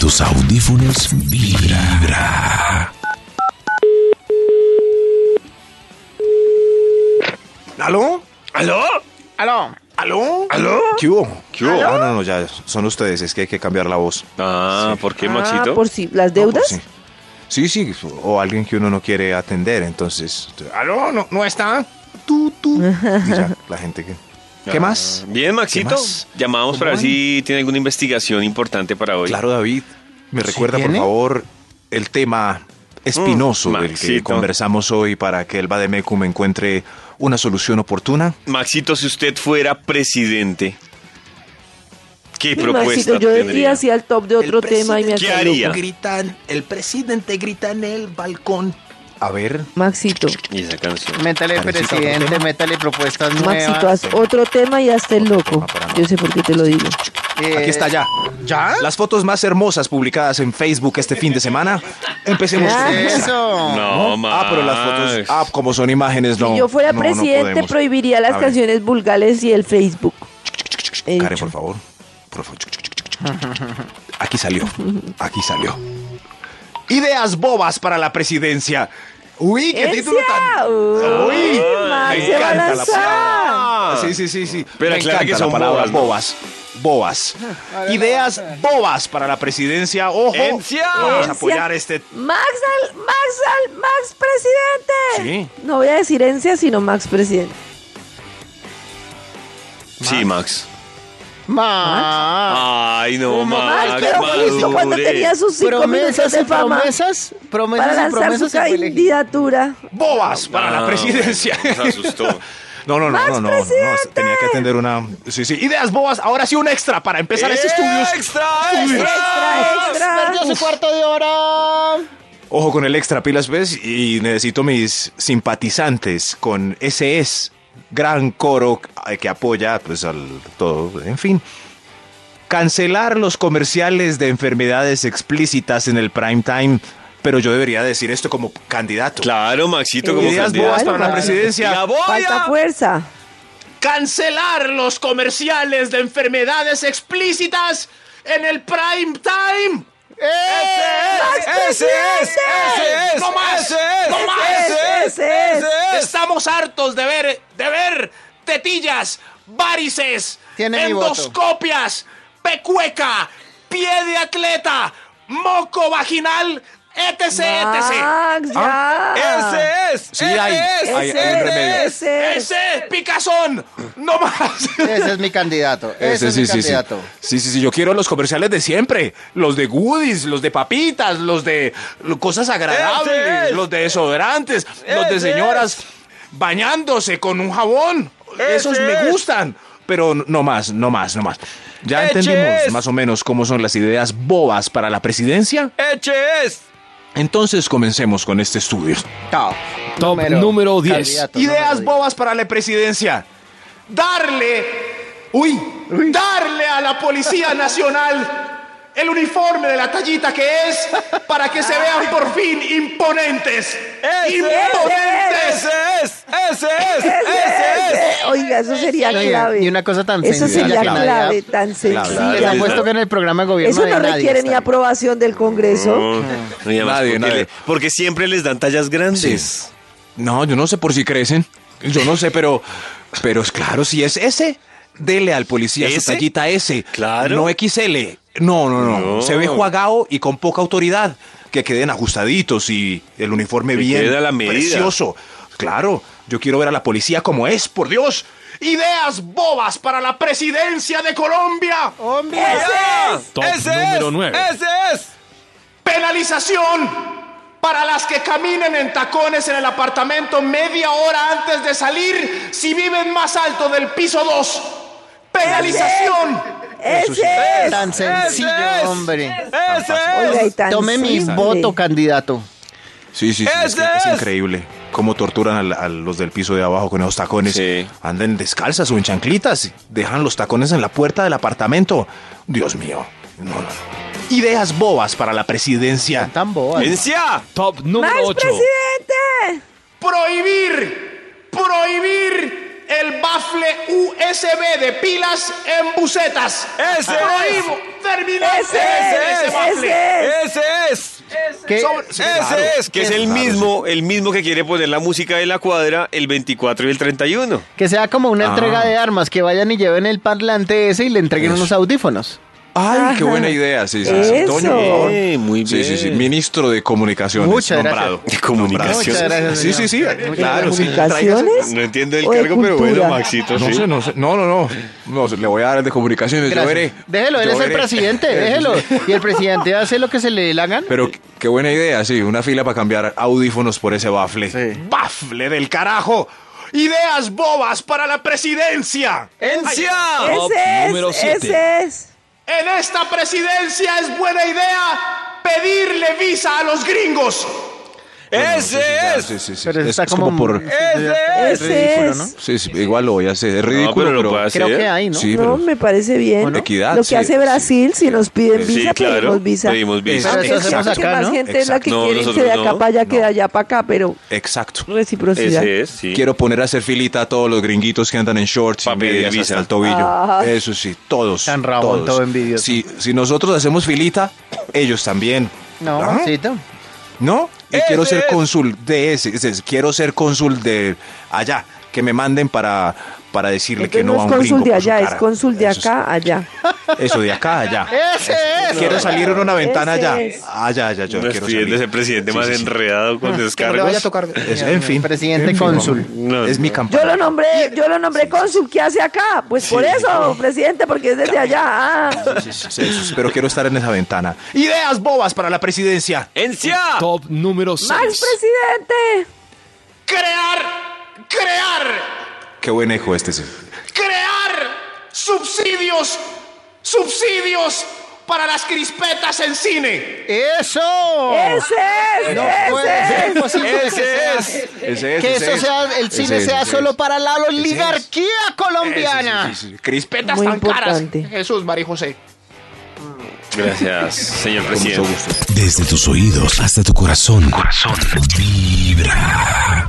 tus audífonos vibra. ¿Aló? ¿Aló? ¿Aló? ¿Aló? ¿Aló? ¿Qué hubo? Ah, ¿Qué hubo? No, no, no, ya son ustedes, es que hay que cambiar la voz. Oh, Ah, ¿por qué, pues Ah, Maxito? por si las deudas. Sí. Sí, sí, o alguien que uno no quiere atender, entonces. ¿Aló? ¿No, no está? Tú, tú. Y ya, la gente que. ¿Qué Ah, más? Bien, Maxito. ¿Qué más? Llamamos para ver ¿Cómo si tiene alguna investigación importante para hoy. Claro, David. Me recuerda, por tiene? favor, el tema espinoso Mm, del que Maxito. conversamos hoy para que el Bademecum encuentre una solución oportuna. Maxito, si usted fuera presidente, ¿qué Mi propuesta Pues, Maxito, yo tendría? iría hacia el top de otro tema y me ¿Qué acuerdo. haría? Gritan, el presidente grita en el balcón. A ver, Maxito, Y esa canción. Métale Parece otro presidente, métale propuestas Maxito, haz nuevas. otro tema y hazte el loco. tema para mí. Yo sé por qué te lo digo. Eh, aquí está ya. ¿Ya? Las fotos más hermosas publicadas en Facebook este fin de semana. Empecemos. Ah, con esa. Eso. No, Max. Ah, pero las fotos, ah, como son imágenes, no. si yo fuera no, no presidente, podemos. prohibiría las A ver, canciones vulgares y el Facebook. He Karen, dicho. por favor. Por favor. Aquí salió. Aquí salió. Ideas bobas para la presidencia. Uy, qué título tan. ¡Encia! ¡Uy! Ay, Max me se va a encanta la lanzar. Ah, Sí, sí, sí, sí. Pero Me aclara encanta que la son palabra bobas, ¿no? bobas. Bobas. Ideas bobas para la presidencia. Ojo. ¡Encia! Vamos a ¡Encia! apoyar este Max al, Max al, Max presidente. No voy a decir encia, sino Max presidente. Sí, Max. Más. Ay, no, Max. Pues, Max, pero madure. justo cuando tenía sus cinco minutos Promesas de y fama promesas. para Promesas y lanzar su promesas. y fue elegido. candidatura. bobas para Ah, la presidencia. bueno, nos asustó. No, no, no, ¡Max no, no, no, presidente! Tenía que atender una. Sí, sí. Ideas bobas. Ahora sí, un extra para empezar este estudio. ¡Extra, Extra, extra. Perdió su cuarto de hora. Ojo con el extra pilas, ¿ves? Y necesito mis simpatizantes con SS, gran coro eh, que apoya pues al todo, en fin. Cancelar los comerciales de enfermedades explícitas en el prime time, pero yo debería decir esto como candidato. Claro, Maxito, como Ideas candidato. bobas para la Claro. presidencia. ¡La voy Falta a- fuerza. Cancelar los comerciales de enfermedades explícitas en el prime time. ¡Ese es! ¡Ese es! ¡No más! ¡Ese es! ¡No más! ¡Ese es! Ese es. ¡Ese es! Estamos hartos de ver, de ver tetillas, varices, Tiene mi voto. endoscopias, pecueca, pie de atleta, moco vaginal, etc, etc. Max, ya. Ah, ¡Ese es! Sí, hay- ¡Ese es! hay- Ese hay un es, remedio. ese es. Ese picazón, no más. Ese es mi candidato. Ese, es mi candidato. Sí, sí, sí, yo quiero los comerciales de siempre. Los de goodies, los de papitas, los de lo- cosas Ese agradables, es. los de desodorantes, los Ese de es. señoras bañándose con un jabón. Ese Esos me es. gustan. Pero no más, no más, no más. Ya Ese entendimos es. más o menos cómo son las ideas bobas para la presidencia. ¡Ese es! Entonces comencemos con este estudio. Top. Top número 10. candidato Ideas número bobas para la presidencia. Darle, uy, darle a la Policía Nacional el uniforme de la tallita que es para que se vean por fin imponentes. ¡Imponentes! ¡Ese es! ¡Ese es! ese es! Ese es. Oiga, eso sería Oiga, clave. y una cosa tan Eso sencilla sería que nadie clave, ha- tan diez. sencilla. Les apuesto que en el programa de gobierno Eso no de nadie requiere está. ni aprobación del Congreso. Mm. No, y además, Ah. Nadie, porque, nadie. le- porque siempre les dan tallas grandes. No, yo no sé por si crecen. Yo no sé, pero, pero es claro, si es ese, dele al policía su ¿Ese? tallita S. Claro. No XL. No, no, no, No. Se ve juagao y con poca autoridad. Que queden ajustaditos y el uniforme Que bien. quede a la medida. Precioso. Claro, yo quiero ver a la policía como es, por Dios. Ideas bobas para la presidencia de Colombia. Hombre. Top número 9. ¡Ese es! Penalización para las que caminen en tacones en el apartamento media hora antes de salir si viven más alto del piso 2. Penalización. Ese es. Tan sencillo, Ese es. hombre. Oiga, y tan Tome mi simple. voto, candidato. Sí, sí, sí. Es, que ¡Ese es es! increíble cómo torturan al- a, los del piso de abajo con esos tacones. Sí. Andan descalzas o en chanclitas. Dejan los tacones en la puerta del apartamento. Dios mío. No, no, no. Ideas bobas para la presidencia. Tan boba. ¡Encia! Top Max número 8. presidente. Prohibir, prohibir el bafle USB de pilas en bucetas. ¡Ese es! Prohíbo, terminante. Ese es, ese es. Ese es. ¿Qué? Claro. Ese es. Que es el Claro, mismo, el mismo que quiere poner la música de la cuadra el 24 y el 31. Que sea como una Ah. entrega de armas, que vayan y lleven el parlante ese y le entreguen unos audífonos. Ay, qué buena idea. Sí, sí, sí. Eso. Toño, por favor. Eh, muy Sí, sí, sí. bien. Ministro de Comunicaciones. Muchas gracias. nombrado. De comunicaciones. Muchas gracias, Sí, sí, sí. señor. ¿De Claro, sí. comunicaciones? No entiendo el ¿O de cargo, pero bueno, cultura? Maxito, No sí. sé, no sé. No, no, no. No, le voy a dar el de comunicaciones. Yo Gracias. veré. Déjelo, él Yo es el veré. presidente, Sí, sí, déjelo. sí. Y el presidente hace lo que se le hagan. Pero qué buena idea, sí. Una fila para cambiar audífonos por ese bafle. Sí. ¡Bafle del carajo! ¡Ideas bobas para la presidencia! Top número Ese es, siete. ese es. En esta presidencia es buena idea pedirle visa a los gringos. Ese es. Sí, sí, sí. Pero es, está es como, por... Ese es. ridículo, Ese ¿no? es. Sí, sí, igual lo voy a hacer. Es ridículo, pero lo pero... puede hacer. Creo ¿Sí? que hay, ¿no? Sí, no, pero... me parece bien. Bueno, equidad, Lo que sí, hace sí, Brasil, si nos piden Sí, visa, claro, pedimos visa. pedimos visa. Aunque Pero eso creo hacemos que acá, más ¿no? gente es la que Exacto. No, quiere irse nosotros de no. acá para allá que de No. allá para acá, pero Exacto. reciprocidad. Ese es, sí. Quiero poner a hacer filita a todos los gringuitos que andan en shorts y Pa' pedir medias visa. hasta el tobillo. Ah. Eso sí, todos. Tan rabón, todos. todo envidioso. Si, si nosotros hacemos filita, ellos también. No, ¿Ah? Maxito. ¿No? Y Ese quiero ser es. cónsul de ese, ese es, Quiero ser cónsul de allá. Que me manden para, para decirle Entonces que no, no a es un cónsul gringo de por su allá, es cara. cónsul de Eso es- acá allá. eso de acá allá. Ese es. Quiero salir en una ventana Ese allá. es. Allá, allá, yo No quiero estoy viendo salir. ese presidente Sí, más sí, Ah, sí. enredado con Que no le descargos. vaya a tocar. Es- en fin. Presidente en fin, cónsul. No, Es mi Yo campaña. lo nombré, yo lo nombré cónsul, ¿qué hace acá? Pues por eso, presidente, porque es desde allá. Ah. Sí, sí, sí, eso es, pero quiero estar en esa ventana. Ideas bobas para la presidencia. ¡Encia! Top número Max 6. presidente. Crear, crear. Qué buen eco este. sí. crear subsidios, subsidios para las crispetas en cine. ¡Eso! Ese es, No puede ese ser es. posible que sea- Ese es, ese Que eso es. sea, el Ese cine es, sea ese solo es. para la es. oligarquía colombiana. Sí, sí, sí, sí. Crispetas. Petas Muy tan importante. caras. Jesús, María José. Gracias, señor Con mucho presidente. gusto. Desde tus oídos hasta tu corazón. Corazón. Vibra.